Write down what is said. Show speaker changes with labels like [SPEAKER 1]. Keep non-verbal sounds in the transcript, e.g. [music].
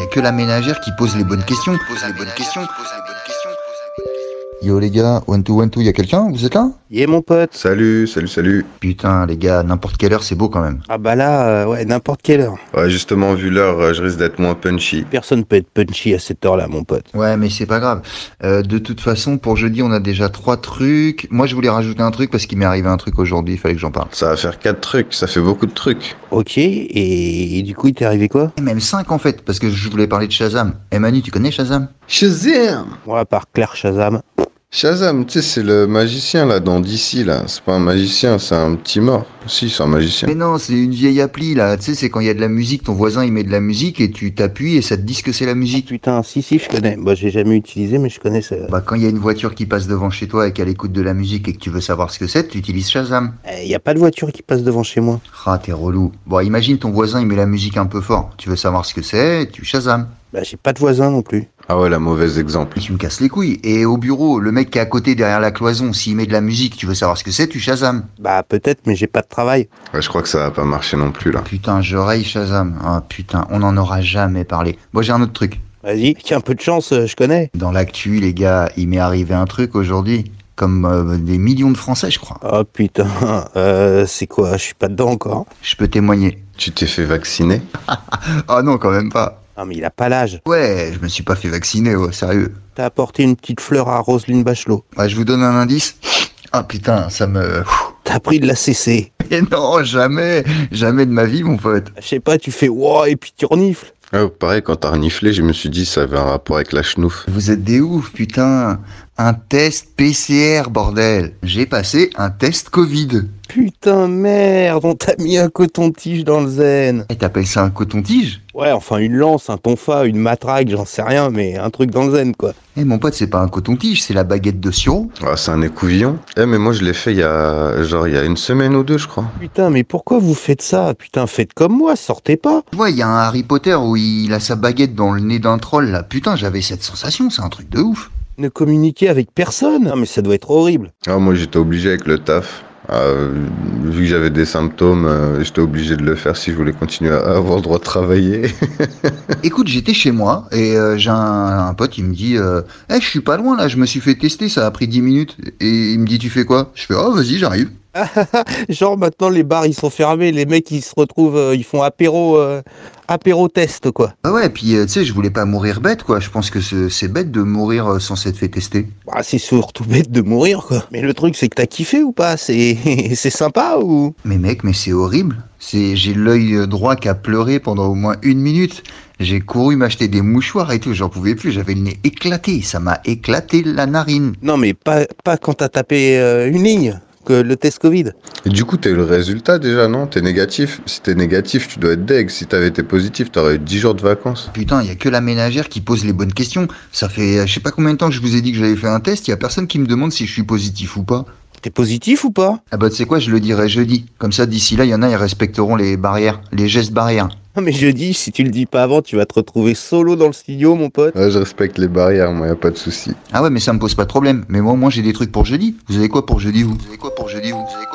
[SPEAKER 1] a que la ménagère qui pose les bonnes questions. Yo les gars, one two one two, y a quelqu'un Vous êtes là
[SPEAKER 2] Yé mon pote
[SPEAKER 3] Salut, salut, salut.
[SPEAKER 1] Putain les gars, n'importe quelle heure c'est beau quand même.
[SPEAKER 2] Ah bah là, euh, ouais, n'importe quelle heure.
[SPEAKER 3] Ouais, justement, vu l'heure, euh, je risque d'être moins punchy.
[SPEAKER 2] Personne peut être punchy à cette heure-là, mon pote.
[SPEAKER 1] Ouais mais c'est pas grave. Euh, de toute façon pour jeudi on a déjà trois trucs. Moi je voulais rajouter un truc parce qu'il m'est arrivé un truc aujourd'hui, il fallait que j'en parle.
[SPEAKER 3] Ça va faire quatre trucs, ça fait beaucoup de trucs.
[SPEAKER 2] Ok, et, et du coup, il t'est arrivé quoi
[SPEAKER 1] Et même cinq en fait, parce que je voulais parler de Shazam. Eh Manu, tu connais Shazam
[SPEAKER 3] Shazam
[SPEAKER 2] Moi, à part Claire Shazam.
[SPEAKER 3] Shazam, tu sais, c'est le magicien là dans DC là. C'est pas un magicien, c'est un petit mort. Si, c'est un magicien.
[SPEAKER 1] Mais non, c'est une vieille appli là, tu sais, c'est quand il y a de la musique, ton voisin il met de la musique et tu t'appuies et ça te dit ce que c'est la
[SPEAKER 2] Si,
[SPEAKER 1] musique.
[SPEAKER 2] putain, si, si, je connais. Bah, j'ai jamais utilisé, mais je connais ça.
[SPEAKER 1] Bah quand il y a une voiture qui passe devant chez toi et qu'elle écoute de la musique et que tu veux savoir ce que c'est, tu utilises Shazam.
[SPEAKER 2] Il n'y Eh, a pas de voiture qui passe devant chez moi.
[SPEAKER 1] Ah, t'es relou. Bon, imagine ton voisin, il met la musique un peu fort. Tu veux savoir ce que c'est, tu Shazam.
[SPEAKER 2] Bah, j'ai pas de voisin non plus.
[SPEAKER 3] Ah ouais, la mauvaise exemple.
[SPEAKER 1] Et tu me casses les couilles. Et au bureau, le mec qui est à côté derrière la cloison, s'il met de la musique, tu veux savoir ce que c'est, tu Shazam.
[SPEAKER 2] Bah, peut-être, mais j'ai pas de travail.
[SPEAKER 3] Ouais, je crois que ça va pas marcher non plus là.
[SPEAKER 1] Ah, Putain, j'oreille Shazam. Ah putain, on n'en aura jamais parlé. Moi, j'ai un autre truc.
[SPEAKER 2] Vas-y, [laughs] avec un peu de chance, euh, je connais.
[SPEAKER 1] Dans l'actu, les gars, il m'est arrivé un truc aujourd'hui. Comme euh, des millions de Français, je crois.
[SPEAKER 2] Oh putain, [laughs] euh, c'est quoi Je suis pas dedans encore.
[SPEAKER 1] Je peux témoigner.
[SPEAKER 3] Tu t'es fait vacciner
[SPEAKER 1] Ah non, quand même pas.
[SPEAKER 2] Ah, mais il a pas l'âge.
[SPEAKER 1] Ouais, je me suis pas fait vacciner, ouais, sérieux.
[SPEAKER 2] T'as apporté une petite fleur à Roselyne Bachelot.
[SPEAKER 1] Ouais, je vous donne un indice. Ah putain, ça me... [laughs]
[SPEAKER 2] T'as pris de la CC.
[SPEAKER 1] Mais non, jamais, jamais de ma vie, mon pote.
[SPEAKER 2] Bah, Je sais pas, tu fais wow et puis tu renifles.
[SPEAKER 3] Ouais, pareil, quand t'as reniflé, je me suis dit ça avait un rapport avec la chenouf.
[SPEAKER 1] Vous êtes des ouf, putain. Un test PCR, bordel. J'ai passé un test Covid.
[SPEAKER 2] Putain, merde, on t'a mis un coton-tige dans le zen.
[SPEAKER 1] Et Eh, t'appelles ça un coton-tige
[SPEAKER 2] Ouais, enfin une lance, un tonfa, une matraque, j'en sais rien, mais un truc dans le zen, quoi.
[SPEAKER 1] Eh mon pote, c'est pas un coton-tige, c'est la baguette de Sion.
[SPEAKER 3] Ah, c'est un écouvillon. Eh, mais moi je l'ai fait il y a. genre il y a une semaine ou deux, je crois.
[SPEAKER 2] Putain, mais pourquoi vous faites ça Putain, faites comme moi, sortez pas.
[SPEAKER 1] Tu vois, il y a un Harry Potter où il a sa baguette dans le nez d'un troll, là. Putain, j'avais cette sensation, c'est un truc de ouf.
[SPEAKER 2] Ne communiquez avec personne. Non, mais ça doit être horrible.
[SPEAKER 3] Ah, moi j'étais obligé avec le taf. Euh, vu que j'avais des symptômes, euh, j'étais obligé de le faire si je voulais continuer à avoir le droit de travailler. [laughs]
[SPEAKER 1] Écoute, j'étais chez moi et euh, j'ai un, un pote, il me dit euh, Eh, je suis pas loin là, je me suis fait tester, ça a pris 10 minutes. » Et il me dit « Tu fais quoi ?» Je fais « Oh, vas-y, j'arrive.
[SPEAKER 2] Genre maintenant les bars ils sont fermés, les mecs ils se retrouvent, euh, ils font apéro, euh, apéro test quoi. »
[SPEAKER 1] Bah ouais, puis euh, tu sais, je voulais pas mourir bête, quoi. Je pense que c'est c'est bête de mourir euh, sans s'être fait tester.
[SPEAKER 2] Bah, c'est surtout bête de mourir quoi. Mais le truc c'est que t'as kiffé ou pas C'est c'est [laughs] sympa ou
[SPEAKER 1] Mais mec, mais c'est horrible. C'est J'ai l'œil euh, droit qui a pleuré pendant au moins une minute. J'ai couru m'acheter des mouchoirs et tout, j'en pouvais plus, j'avais le nez éclaté, ça m'a éclaté la narine.
[SPEAKER 2] Non mais pas pas quand t'as tapé euh, une ligne que le test Covid.
[SPEAKER 3] Et du coup, t'as eu le résultat déjà, non T'es négatif Si t'es négatif, tu dois être deg. Si t'avais été positif, t'aurais eu 10 jours de vacances.
[SPEAKER 1] Putain, il y a que la ménagère qui pose les bonnes questions. Ça fait euh, je sais pas combien de temps que je vous ai dit que j'avais fait un test, il y a personne qui me demande si je suis positif ou pas.
[SPEAKER 2] T'es positif ou pas
[SPEAKER 1] Ah bah tu sais quoi, je le dirai jeudi. Comme ça d'ici là, il y en a ils respecteront les barrières, les gestes barrières.
[SPEAKER 2] Non, Mais je dis, si tu le dis pas avant, tu vas te retrouver solo dans le studio, mon pote.
[SPEAKER 3] Ouais, Ah, je respecte les barrières, moi, y a pas de souci.
[SPEAKER 1] Ah ouais, mais ça me pose pas de problème. Mais moi au moins j'ai des trucs pour jeudi. Vous avez quoi pour jeudi vous Vous avez quoi pour jeudi vous Vous avez